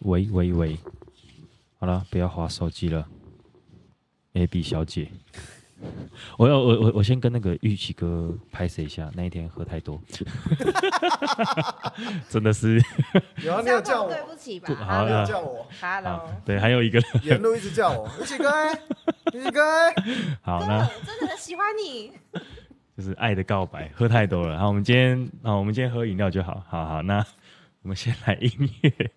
喂喂喂，好了，不要划手机了。A B 小姐， 我要我我我先跟那个玉琪哥拍摄一下，那一天喝太多， 真的是有啊，你有这叫样我对，不起吧不好你有啊叫我， ？Hello，啊，对，还有一个沿路一直叫我，一起跟，一起跟，好真那的真的很喜欢你，就是爱的告白，喝太多了。好，我们今天好，我们今天喝饮料就好，好好，那我们先来音乐。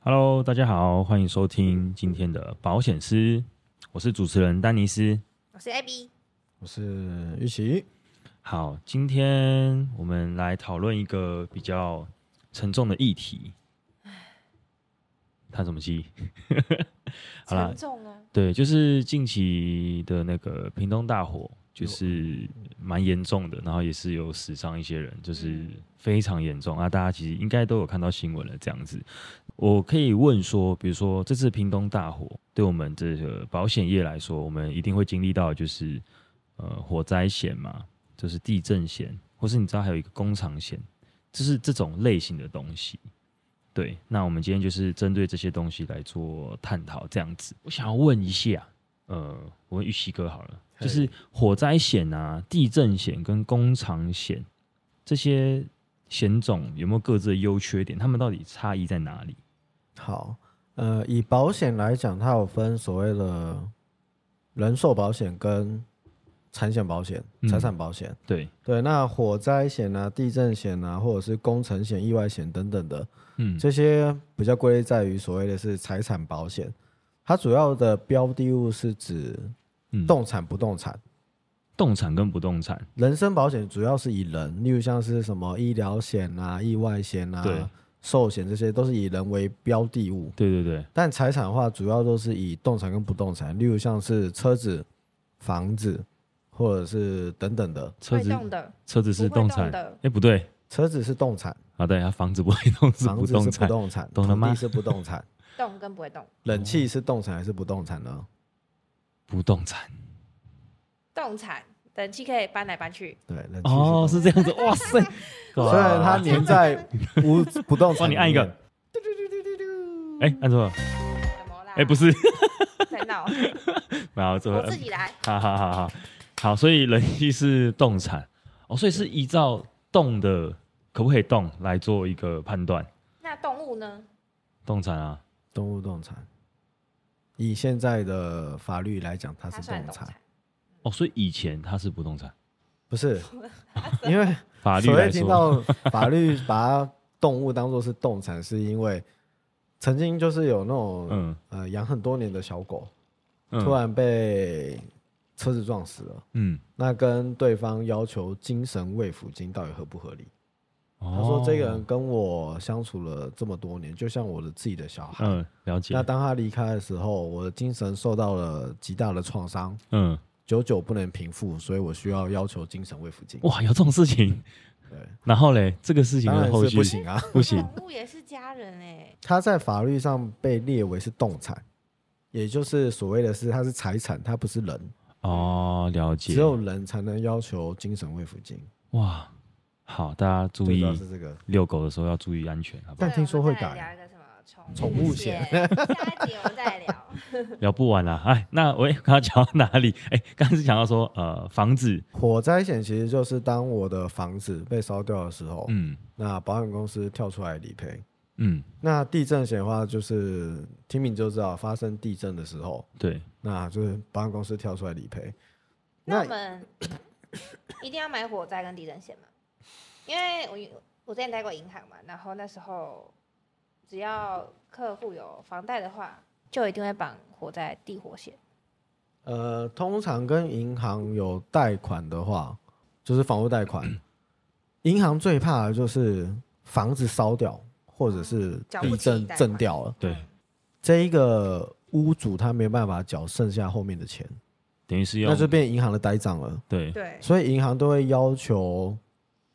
Hello，大家好，欢迎收听今天的保险师，我是主持人丹尼斯。我是 AB，我是玉琪，好，今天我们来讨论一个比较沉重的议题。叹什么气？好啦沉重啊，对，就是近期的那个屏东大火，就是蛮严重的，然后也是有死伤一些人，就是嗯非常严重啊。大家其实应该都有看到新闻了，这样子。我可以问说，比如说这次屏东大火，对我们这个保险业来说，我们一定会经历到的就是呃火灾险嘛，就是地震险，或是你知道还有一个工厂险，就是这种类型的东西。对，那我们今天就是针对这些东西来做探讨，这样子。我想要问一下，呃，我问玉溪哥好了，嘿就是火灾险啊、地震险跟工厂险这些险种有没有各自的优缺点？他们到底差异在哪里？好，呃，以保险来讲，它有分所谓的人寿保险跟产险保险、财产保险。对，对，那火灾险啊、地震险啊，或者是工程险、意外险等等的，嗯，这些比较归类在于所谓的是财产保险。它主要的标的物是指嗯动产、不动产。动产跟不动产，人身保险主要是以人，例如像是什么医疗险啊、意外险对啊、寿险这些，都是以人为标的物。对对对，但财产的话，主要都是以动产跟不动产，例如像是车子、房子，或者是等等的。车会子动的，车子是不会动动产，的哎，不对，车子是动产，啊，对，它房子不会动是房不子是动不产，动产，懂了吗哦土地是不 动产，动跟不会动，冷气是动产还是不动产呢？不动产动产冷气可以搬来搬去，对，冷气是哦，动是这样 子，哇塞， 虽然它粘在无不动帮产，你按一个，，哎，按错了，怎么啦？哎，不，是， 在闹，然后这我个自己来，好好好好好，所以人气是动产哦，所以是依照动的可不可以动来做一个判断，那动物呢？动产啊，动物动产。以现在的法律来讲，它它是算动动产，产，哦，所以以前它是不动产，不是？ 因为法律所谓来听说，到法律把动物当做是动产，是因为曾经就是有那种、嗯呃养很多年的小狗，嗯，突然被车子撞死了。嗯，那跟对方要求精神慰抚金到底合不合理？他他说：“这个哦人，跟我相处了这么多年，就像我的自己的小孩。嗯，了解那，当他离开的时候，我的精神受到了极大的创伤，嗯，久久不能平复，所以我需要要求精神慰抚金。哇，有这种事情，对， 然后嘞，这个事情当的然后是续不行啊。不行动物也是家人哎，它在法律上被列为是动产，也就是所谓的是它是财产，它不是人，哦，了解，只有人才能要求精神慰抚金。哇，好，大家注最意主要是这个，遛狗的时候要注意安全，好不好？但对听说我们会再来改聊一个什么宠宠物物险下一集我们再来聊。聊不完啦，哎，那我刚刚讲到哪里？哎，刚刚是讲到说，呃，房子，火灾险其实就是当我的房子被烧掉的时候，嗯那保险公司跳出来理赔。嗯，那地震险的话，就是听名就知道，发生地震的时候，对，那就是保险公司跳出来理赔。那我那们一定要买火灾跟地震险嘛？因为我有我之前待过银行嘛，然后那时候只要客户有房贷的话，就一定会绑火灾地火险。呃，通常跟银行有贷款的话，就是房屋贷 款，银行最怕的就是房子烧掉或者是缴不地起震贷款震掉了，对这一个屋主他没办法缴剩下后面的钱，等于是要那就变银行的呆账了。对对，所以银行都会要求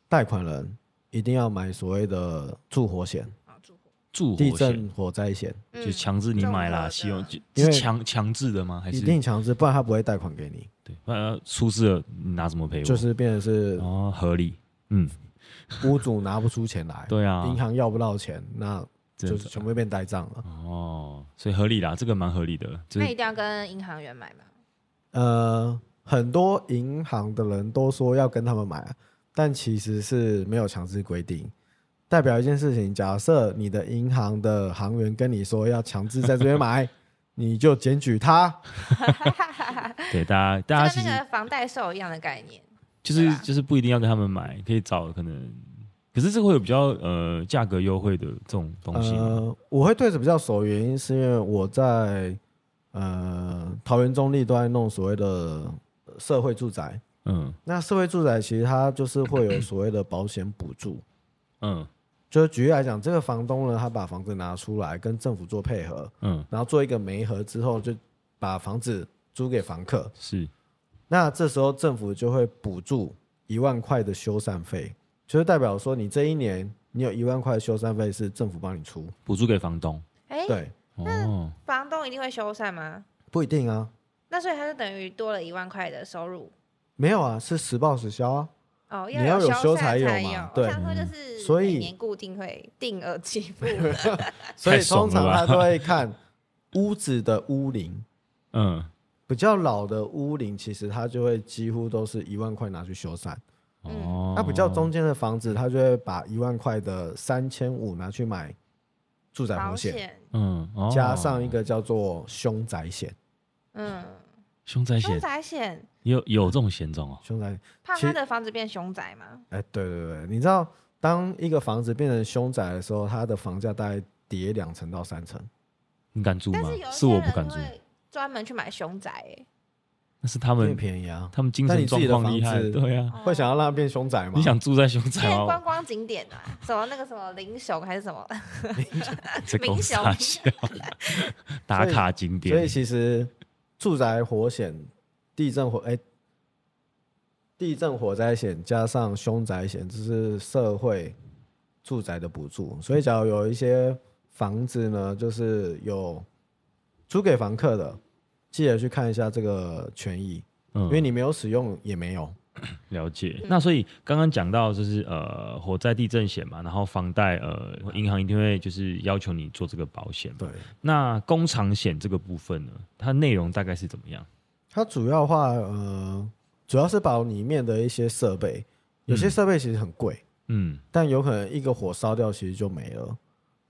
贷款人一定要买所谓的住火险、好住户，住地火险，震火灾险，嗯就强制你买啦，希望就因为是强强制的吗？还一是定强制，不然他不会贷款给你，对，不然出事了你拿什么赔我？就是变成是哦，合理，嗯，屋主拿不出钱来，对啊，银行哎要不到钱，那真就的是全部变呆账了。哦，所以合理啦，这个蛮合理的，就那是一定要跟银行员买嘛？呃，很多银行的人都说要跟他们买，啊但其实是没有强制规定。代表一件事情，假设你的银行的行员跟你说要强制在这边 买，你就检举他。对大家就大家其跟实那个房贷售一样的概念，就是对啊就是不一定要跟他们买，可以找可能，可是这个会有比较呃价格优惠的这种东西吗，呃，我会对此比较熟，原因是因为我在呃桃园中立都在弄所谓的社会住宅。嗯那社会住宅其实它就是会有所谓的保险补助，嗯就是举例来讲，这个房东呢，他把房子拿出来跟政府做配合，嗯，然后做一个媒合之后，就把房子租给房客。是那这时候政府就会补助一万块的修缮费，就是代表说你这一年你有一万块的修缮费是政府帮你出。补助给房东哎，对，哦，房东一定会修缮吗？不一定啊，那所以他就等于多了一万块的收入没有啊，是实报实销啊。哦，你要有有修缮才才有有嘛我对想说就是所以每年固定会定额给 付，所以太爽了通常吧他都会看屋子的屋龄，嗯比较老的屋龄，其实他就会几乎都是一万块拿去修缮。哦，那比较中间的房子，他就会把一万块的三千五拿去买住宅保风险，险，嗯，哦加上一个叫做凶宅险。嗯，凶宅凶险，宅险有有这种险种哦，凶宅，怕其他实的房子变凶宅吗？哎，对对对，你知道，当一个房子变成凶宅的时候，它的房价大概跌两成到三成。你敢住但吗是有？一是些我不敢人住，会专门去买凶宅，哎那是他因为们便宜啊，他们精但神你自状己的况房厉害，子对啊， 会想要让它变凶宅吗？你想住在凶一宅些哦观哦，光景点啊，什么那个什么林雄还是 什么，这明公司小大明小打卡景所以点，其实住宅火险、地震火哎、地震火灾险加上凶宅险，这是社会住宅的补助。所以，假如有一些房子呢，就是有租给房客的，记得去看一下这个权益，嗯因为你没有使用也没有。了解。那所以刚刚讲到就是呃火灾地震险嘛，然后房贷呃银行一定会就是要求你做这个保险。对，那工厂险这个部分呢，它内容大概是怎么样？它主要的话，呃，主要是保里面的一些设备，有些设备其实很贵。嗯，但有可能一个火烧掉，其实就没了。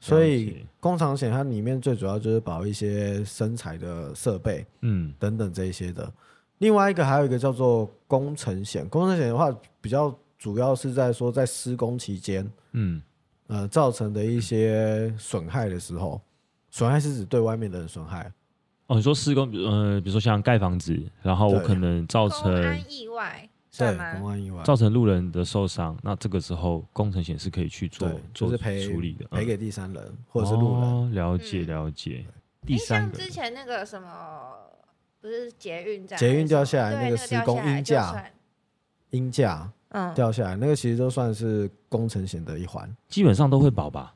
所了以解工厂险它里面最主要就是保一些生产的设备嗯等等这一些的。另外一个还有一个叫做工程险，工程险的话比较主要是在说在施工期间，嗯，呃造成的一些损害的时候，损害是指对外面的人损害，哦，你说施工，呃，比如说像盖房子，然后我对可能造公成安意外对算吗公？安意外，造成路人的受伤，那这个时候工程险是可以去做对，就做是赔处理的，赔嗯给第三人或者是路人。哦、了解嗯了解。第诶三像个之前那个什么，不是捷运站，捷运掉下来对那那个个施工掉下来鹰就架算，鹰架嗯，掉下来，那个其实都算是工程险的一环。基本上都会保吧，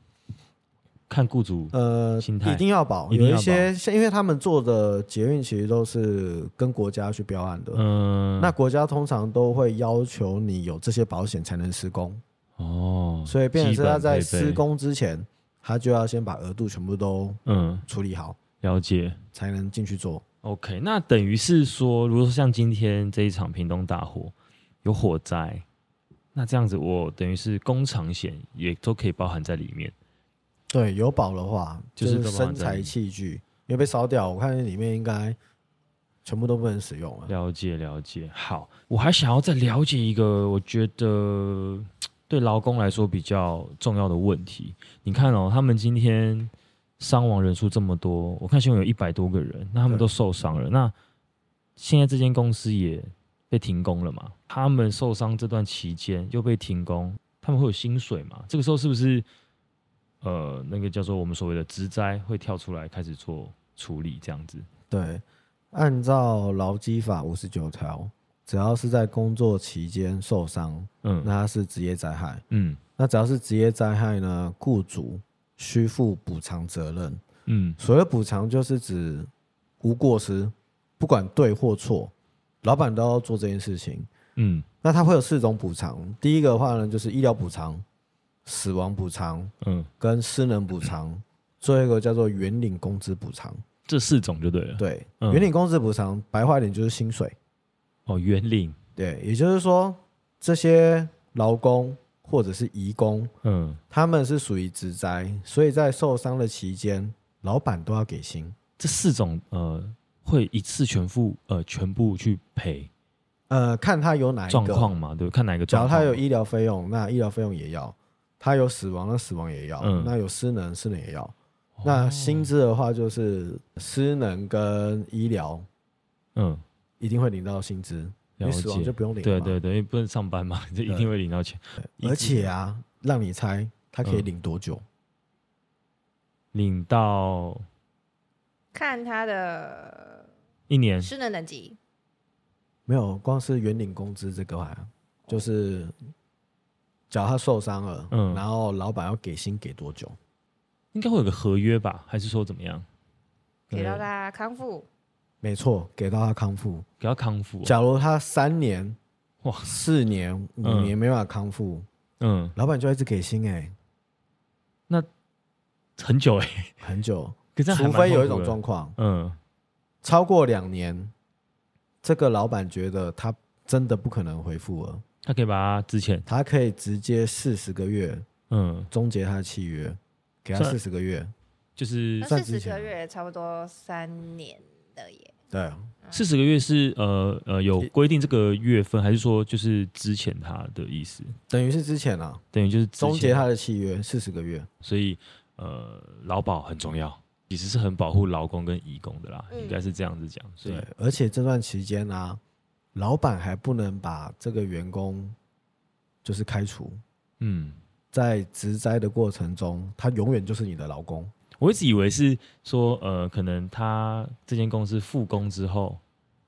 看雇主呃，心态一定要保，一定有要一些像因为他们做的捷运其实都是跟国家去标案的，嗯，那国家通常都会要求你有这些保险才能施工，哦，所以变成基是本他在配备施，工之前，他就要先把额度全部都嗯，处理好，了解。才能进去做。 OK，那等于是说，如果说像今天这一场屏东大火有火灾，那这样子我等于是工厂险也都可以包含在里面。对，有保的话，就就是是都把它生整财理器具，因为被烧掉，我看里面应该全部都不能使用了。了解了解，好，我还想要再了解一个，我觉得对劳工来说比较重要的问题。你看哦，他们今天伤亡人数这么多，我看新闻有一百多个人，那他们对都受伤了。那现在这间公司也被停工了嘛？他们受伤这段期间又被停工，他们会有薪水嘛？这个时候是不是呃，那个叫做我们所谓的职灾会跳出来开始做处理这样子？对，按照劳基法五十九条，只要是在工作期间受伤，嗯那它是职业灾害。嗯那只要是职业灾害呢，雇主需负补偿责任。嗯所谓补偿，就是指无过失，不管对或错，老板都要做这件事情。嗯那它会有四种补偿，第一个的话呢，就是医疗补偿、死亡补偿嗯，跟失能补偿，最后一个叫做原领工资补偿。这四种就对了。对，嗯原领工资补偿，白话一点就是薪水。哦，圆领，对，也就是说，这些劳工或者是移工，嗯，他们是属于职灾，所以在受伤的期间，老板都要给薪。这四种呃会一次全付呃全部去赔呃，看他有哪一状个，况嘛，对不对，看哪一个只状要况嘛。他有医疗费用，那医疗费用也要；他有死亡，那死亡也要；嗯哦那有失能，失能也要。那薪资的话，就是失能跟医疗嗯，一定会领到薪资，了因为死亡解就。不用领了对嘛。对对，因为不能上班嘛， 这一定会领到钱。一而直且啊，让你猜，他可以嗯领多久？领到看他的一年，嗯失能等级，没有，光是原领工资这个啊，就是，假如他受伤了，嗯然后老板要给薪给多久？应该会有个合约吧？还是说怎么样？嗯给到呃他康复，没错，给到他康复。给他康复哦、假如他三年、哇，四年、五嗯年没办法康复，嗯，老板就要一直给薪哎、很久哎、很久。 可是这样还除蛮非有一痛苦种的状况，嗯超过两年，这个老板觉得他真的不可能回复了，，他可以把它之前，他可以直接四十个月嗯，终结他的契约，给他算四十个月。就是那算四之十前个啊月差不多三年了耶。对，啊四十个月是呃呃有规定这个月份，还是说就是之前他的意思，等于是之前啊，等于就是之前终结他，的契约四十个月。所以呃劳保很重要，其实是很保护劳工跟移工的啦，嗯应该是这样子讲，所以对，而且这段期间呢、老板还不能把这个员工就是开除，嗯，在职灾的过程中，他永远就是你的劳工。我一直以为是说呃可能他这间公司复工之后，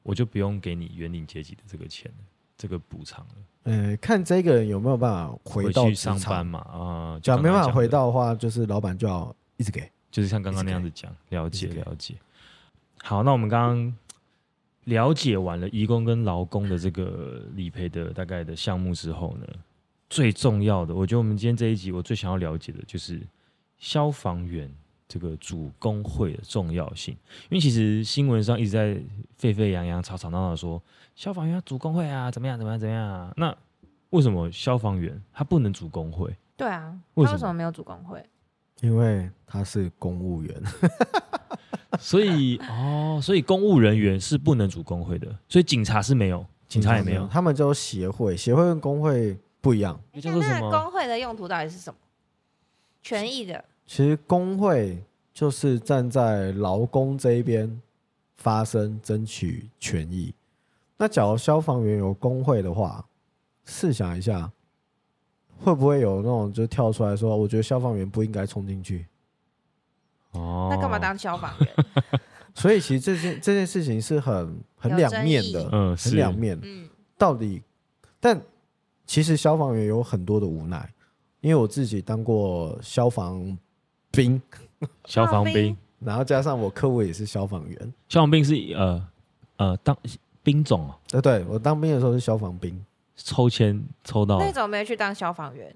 我就不用给你原领阶级的这个钱了，这个补偿了，呃，看这个人有没有办法回到去职上班场，嘛啊，假就刚如没刚办法讲的回到的话，就是老板就要一直给。就是像刚刚那样子讲，了直解给了解。好，那我们刚刚了解完了移工跟劳工的这个理赔的大概的项目之后呢，最重要的，我觉得我们今天这一集我最想要了解的就是消防员这个主工会的重要性，因为其实新闻上一直在沸沸扬扬、吵吵闹闹说消防员要主工会啊，怎么样怎么样怎么样啊？那为什么消防员他不能主工会？对啊，为他为什什么没有主工会？因为他是公务员，所以哦，所以公务人员是不能组工会的，所以警察是没有，警察也没有。 他们就协会，协会跟工会不一样。那诶叫做那什么？工会的用途到底是什么？权益的，其实工会就是站在劳工这一边发声，争取权益。那假如消防员有工会的话，试想一下，会不会有那种就跳出来说，我觉得消防员不应该冲进去？哦，那干嘛？当消防 员？所以其实这件这件事情是很很有两争面议的，嗯，很是两面。嗯，到底，但其实消防员有很多的无奈，因为我自己当过消防兵，消防消防兵兵，然后加上我客户也是消防员。消防兵是呃呃当兵种啊，呃，对我当兵的时候是消防兵，抽签抽到，那哎，种没有去当消防员，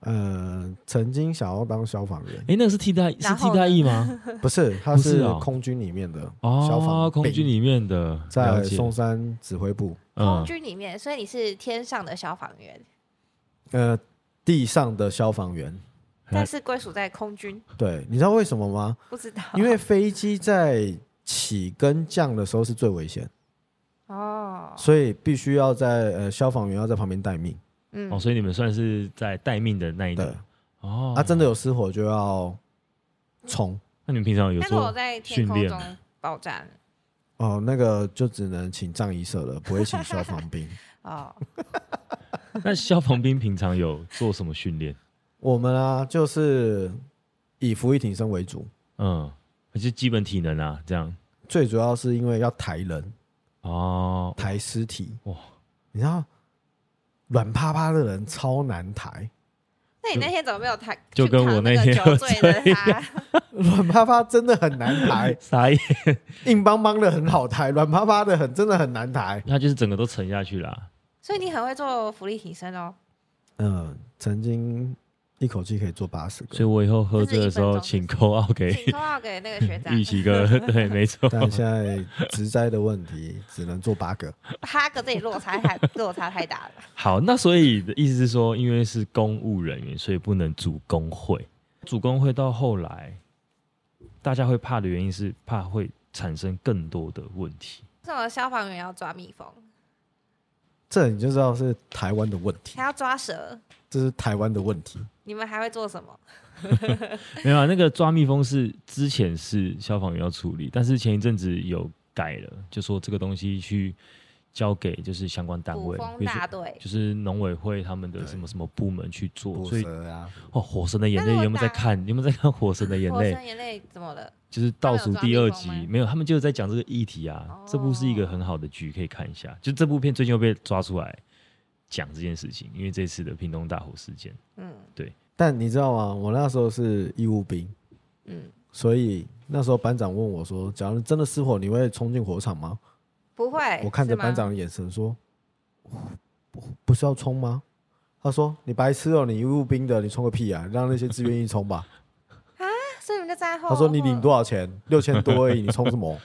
呃，曾经想要当消防员，那个是替代是然替后代役吗？ 不是，他不是是哦空军里面的消防哦，兵空军里面的了在解，松山指挥部，空嗯，军里面，所以你是天上的消防员，呃，地上的消防员。哎但是归属在空军，对，你知道为什么吗？不知道。因 为飞机在起跟降的时候是最危险， 哦，所以必须要在呃消防员要在旁边待命。嗯哦，，所以你们算是在待命的那一对种，哦。啊，真的有失火就要冲那你们平常有但是我做在天训空练中爆炸哦，那个就只能请仗义社了，不会请消防 兵。哦， 那消防兵平常有做什么训练？我们啊，就是以服役挺身为主，嗯，就基本体能啊，这样。最主要是因为要抬人、哦，抬尸体。哇，你知道，软趴趴的人超难抬， 那你那天怎么没有谈？就去跟扛我那那个天酒喝醉的醉一，他，软趴趴真的很难 抬傻眼，硬邦邦的很好抬，软趴趴的很真的很难抬。他就是整个都沉下去啦。 所以你很会做福利提升哦。嗯，曾经一口气可以做八十所以个，我以后喝醉的时候，这是一请分钟扣奥给请扣号给那个学长 玉，琪哥，对，没错，但现在职灾的问题 只能做八个。八个这里落差太落差太大了。好，那所以的意思是说，因为是公务人员，所以不能组工会。组工会到后来，大家会怕的原因是怕会产生更多的问题。为什么消防员要抓蜜蜂？这你就知道是台湾的问题 还，要抓蛇？这是台湾的问题。你们还会做什么？没有啊，那个抓蜜蜂是之前是消防员要处理，但是前一阵子有改了，就说这个东西去交给就是相关单捕位，蜂比如大说队。就是农委会他们的什么什么部门去做。毒所以蛇啊，哦，火神的眼泪但是我有没有在打看？有没有在看火神的眼火泪？神眼泪怎么了？ 就是倒数第二集他们有抓蜜蜂吗没有，他们就是在讲这个议题啊。哦这部是一个很好的剧，可以看一下。就这部片最近又被抓出来讲这件事情，因为这次的屏东大火事件，嗯但你知道吗？我那时候是义务兵，嗯，所以那时候班长问我说：“假如真的失火，你会冲进火场吗不会？”。我看着哎是吗班，长的眼神说：“不不是要冲吗？”他说：“你白痴哦，你义务兵的，你冲个屁啊！让那些志愿役冲 吧。啊所以你们就站在”后。他说：“你领多少钱？六千多而已，你冲什 么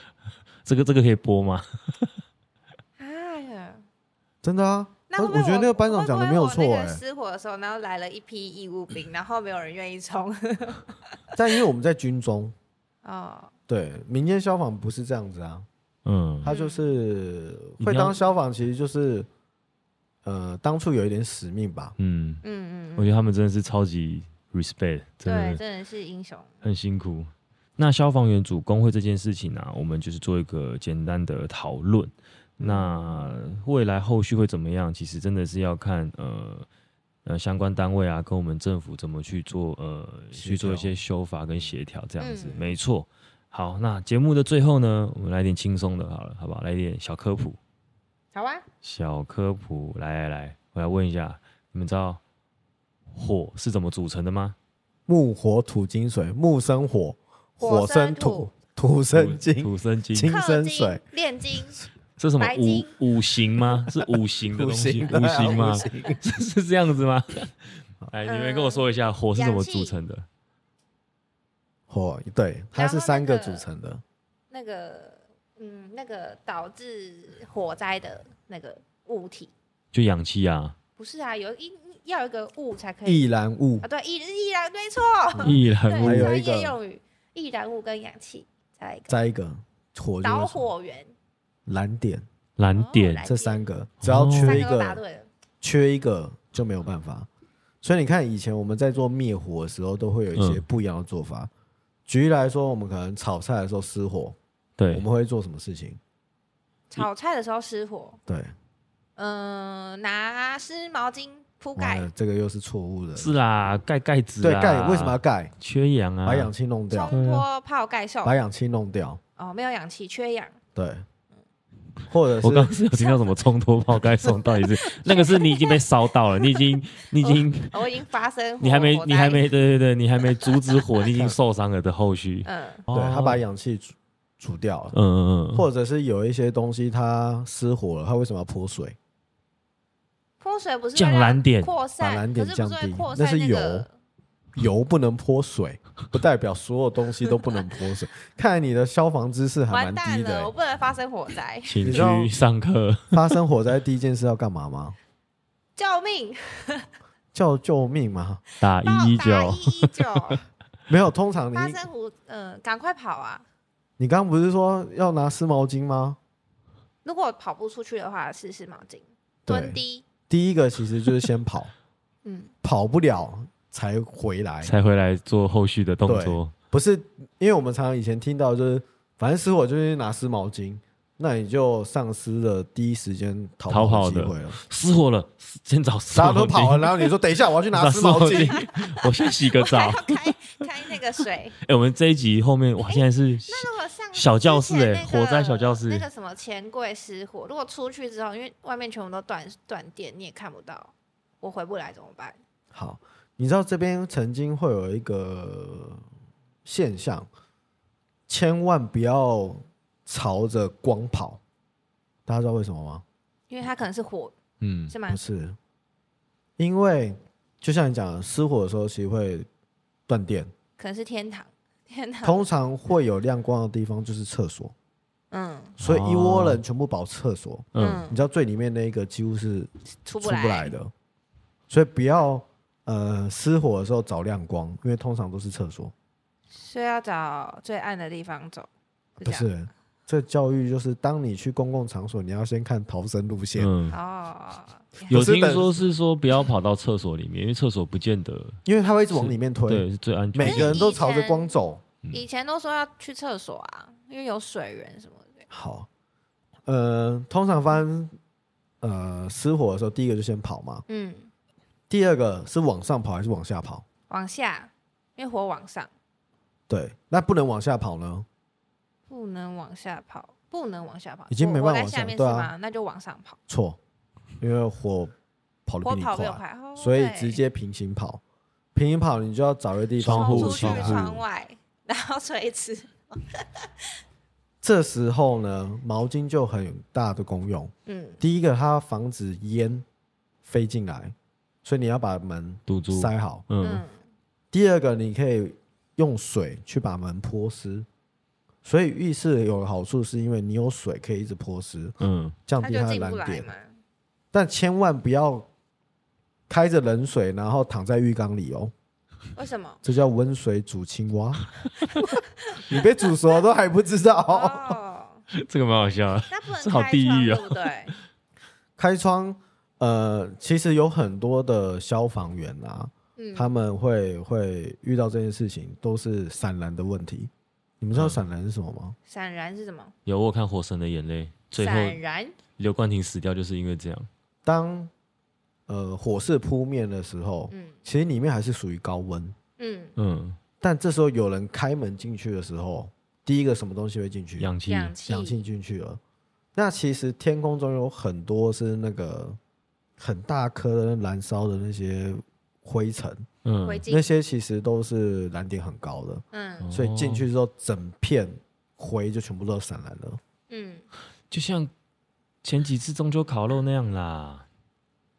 这个这个可以播吗？哎呀，？”真的啊，那他会不会我觉得那个班长会不讲会的没有我错那哎、个失火的时候，然后来了一批义务兵，然后没有人愿意冲。 但因为我们在军中，哦，对民间消防不是这样子啊，嗯，他就是嗯会一定要当消防，其实就是呃，当初有一点使命吧。嗯，嗯嗯我嗯，觉得他们真的是超级 respect，对，真的真的是英雄。很辛苦。那消防员组工会这件事情啊，我们就是做一个简单的讨论。那未来后续会怎么样？其实真的是要看呃呃相关单位啊，跟我们政府怎么去做呃协调去做一些修法跟协调这样子。嗯没错。好，那节目的最后呢，我们来点轻松的好了，好不好？来点小科普，好啊，小科普，来来来，我来问一下，你们知道火是怎么组成的吗？木火土金水，木生火，火火生生土土，土生金，土生金，金氪生金水，、炼金，这是什么白金五五行吗？是五行的 五东西，行啊五行吗？五行 是是这样子 吗？哎，你们跟我说一下，火是怎么呃氧气组成的？火对，它然后是三个那个组成的。那个嗯，那个导致火灾的那个物体，就氧气啊，不是啊，有一要有一个物才可以易燃物啊，对，易易燃，没错，易燃还物嗯对，有专一个业用语，易燃物跟氧气，再来一个再一个火就是导什么火源，燃点，燃哦点燃，这三个只要哦缺三一个都答个，对了，缺一个就没有办法。所以你看，以前我们在做灭火的时候，都会有一些嗯不一样的做法。举例来说，我们可能炒菜的时候失火，我对，们会做什么事情？炒菜的时候失火，对，嗯、拿湿毛巾铺完盖了，这个又是错误的。是啦，盖盖子对啊，盖为什么要盖？缺氧啊？把氧气弄掉，冲脱泡盖兽，把氧气弄掉。哦，没有氧气，缺氧，对，或者我刚是刚是有听 到什么冲脱泡盖送，到底是那个是你已经被烧到了，你已 经你已经哦我已经发生火，你还没火灾你还，没对对对，你还没阻止 火，你已经受伤了的后续。嗯，对哦他把氧气煮煮掉了，嗯嗯嗯，或者是有一些东西它失火了，它为什么要泼水？泼水不是降会让蓝点扩散，把蓝可点是不是降会低扩那散是那个油油不能泼水，不代表所有东西都不能泼水。看来你的消防知识还完蛮蛋低的了，我欸。不能发生火 灾，请你知道去上课。发生火灾第一件事要干嘛 吗？救命！叫救命吗？打报一一答九，一 一九，没有，通常发你生火，嗯，赶快跑啊！你刚刚不是说要拿湿毛巾吗？如果跑不出去的话，试试毛巾，蹲对，低，第一个其实就是先跑， 嗯，跑不了才回来。才回来做后续的动作。不是，因为我们常常以前听到就是，反正失火就是拿湿毛巾，那你就丧失了第一时间逃逃跑跑机的会 了。失火了，先找湿大家毛都跑了，巾，然后你说等一下，我要去 拿 拿湿毛巾。巾， 我先 洗个澡。 还要哎、开开那个水。我们这一集后面哇，现在是那如果上小教室之前欸那火灾个小教室那个什么钱柜失火，如果出去之后，因为外面全部都断断电，你也看不到，我回不来怎么办？好，你知道这边曾经会有一个现象，千万不要朝着光跑。大家知道为什么吗？因为它可能是火，嗯是吗不？是，因为就像你讲的，失火的时候其实会断电，可能是天堂，天 堂。通常会有亮光的地方就是厕所，嗯所以一窝哦人全部跑厕所。嗯，你嗯，知道最里面那一个几乎是出出不不来的，所以不要呃失火的时候找亮光，因为通常都是厕所。所以要找最暗的地方走。不这样是，这教育就是当你去公共场所，你要先看逃生路线，嗯，哦，有不是听等说是说不要跑到厕所里面，因为厕所不见得因为它会一直往是里面推，对是最安全的。每个人都朝着光走。以前都说要去厕所啊，因为有水源什么的。好，呃，通常发生呃失火的时候，第一个就先跑嘛，嗯，第二个是往上跑还是往下跑？往下，因为火往上，对，那不能往下跑呢，不能往下跑，不能往下跑，已经我没我办法在往下上面是对啊吗？那就往上跑，错，因为火跑得我比你跑比我快，快，哦所以对直接平行跑。平行跑，你就要找一个地方窗冲户出躲去起来窗户窗外，然后垂直。这时候呢，毛巾就很有大的功用。嗯，第一个，它防止烟飞进来，所以你要把门堵住，塞好。嗯嗯，第二个，你可以用水去把门泼湿。所以浴室有个好处，是因为你有水可以一直泼湿，嗯，降他低就它的进不燃来点。嘛。但千万不要开着冷水，然后躺在浴缸里哦，为什么？这叫温水煮青蛙。 你被煮熟了都还不知 道。哦，这个蛮好笑的。那不能这好开地窗狱啊对不对？开窗，呃，其实有很多的消防员啊，嗯，他们会会遇到这件事情，都是闪燃的问题。你们知道嗯闪燃是什么吗？闪燃是什么？有我有看《火神的眼泪》，最后闪燃，刘冠廷死掉就是因为这样。当呃火势扑灭的时候，嗯其实里面还是属于高温，嗯，嗯，但这时候有人开门进去的时候，第一个什么东西会进去？氧气，氧气，氧气进去了。那其实天空中有很多是那个很大颗的燃烧的那些灰尘，嗯，灰那烬，些其实都是燃点很高的，嗯哦所以进去之后整片灰就全部都闪燃了。嗯，就像前几次中秋烤肉那样啦。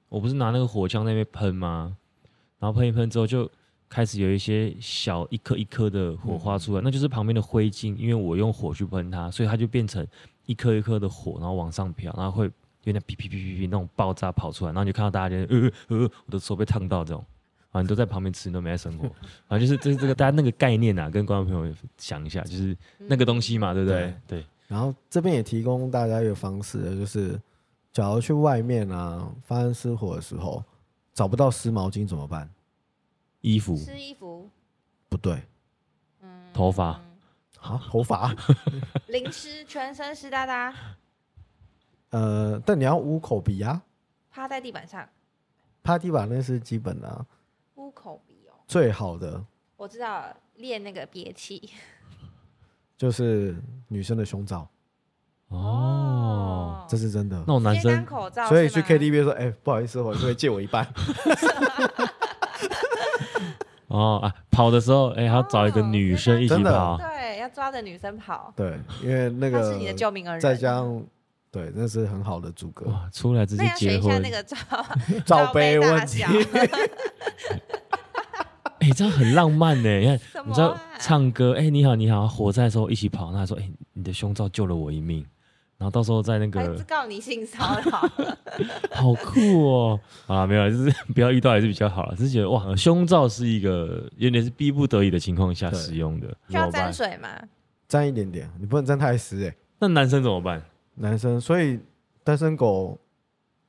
我不是拿那个火枪在那边喷吗？然后喷一喷之后，就开始有一些小一颗一颗的火花出来，那就是旁边的灰烬，因为我用火去喷它，所以它就变成一颗一颗的火，然后往上飘，然后会有点噼噼噼噼噼那种爆炸跑出来，然后你就看到大家就呃呃呃，我的手被烫到这种。啊，你都在旁边吃，你都没在生活，啊，就是这这个大家那个概念啊，跟观众朋友想一下，就是嗯那个东西嘛，对不对？对，然后这边也提供大家一个方式，就是假如去外面啊发生失火的时候找不到湿毛巾怎么办？衣服、湿衣服，不对，嗯，头发，啊，头发，淋湿，全身湿哒哒，呃，但你要捂口鼻啊，趴在地板上，趴地板那是基本的、啊，捂口鼻哦。最好的我知道了，练那个憋气。就是女生的胸罩，哦哦，这是真的。那种男先当生口罩，所以是去吗 KTV 说，哎、不好意思，我 可不可以借我一 半？哦啊，跑的时候，哎、还要找一个女生一起哦真的跑，对，要抓着女生跑，对，因为那她个是你的救命恩人。哦再加上对，那是很好的阻隔。哇，出来直那接结要学一下婚，那个罩 罩杯大问题小 哎、这样很浪漫呢。你看，什你么知道啊唱歌，哎、你好，你好，火灾的时候一起跑，那说，哎、你的胸罩救了我一命，然后到时候在那还个 自，告你性骚扰，好酷哦，啊，没有啦，就是不要遇到还是比较好了，只是觉得哇，胸罩是一个有点是逼不得已的情况下对使用的，需怎要么沾办？水吗？ 沾一点点，你不能沾太湿哎、那男生怎么办？男生，所以单身狗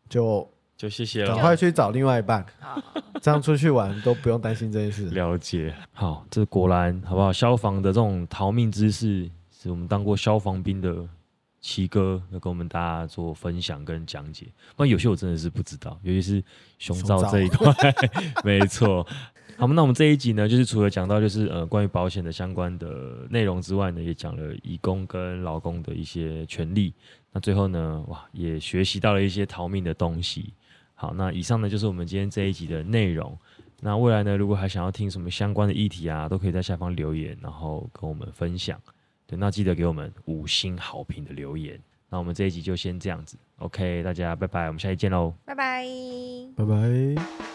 就就谢谢赶了。快去找另外一半，啊，这样出去玩都不用担心这件事。了解，好，这果然好不好？消防的这种逃命知识，是我们当过消防兵的奇哥要跟我们大家做分享跟讲解，不然有些我真的是不知道，尤其是胸罩胸罩这一块，没错。好，那我们这一集呢，就是除了讲到就是呃关于保险的相关的内容之外呢，也讲了义工跟劳工的一些权利。那最后呢，哇，也学习到了一些逃命的东西。好，那以上呢就是我们今天这一集的内容。那未来呢，如果还想要听什么相关的议题啊，都可以在下方留言，然后跟我们分享。对，那记得给我们五星好评的留言。那我们这一集就先这样子，OK，大家拜拜，我们下期见喽。拜拜。拜拜。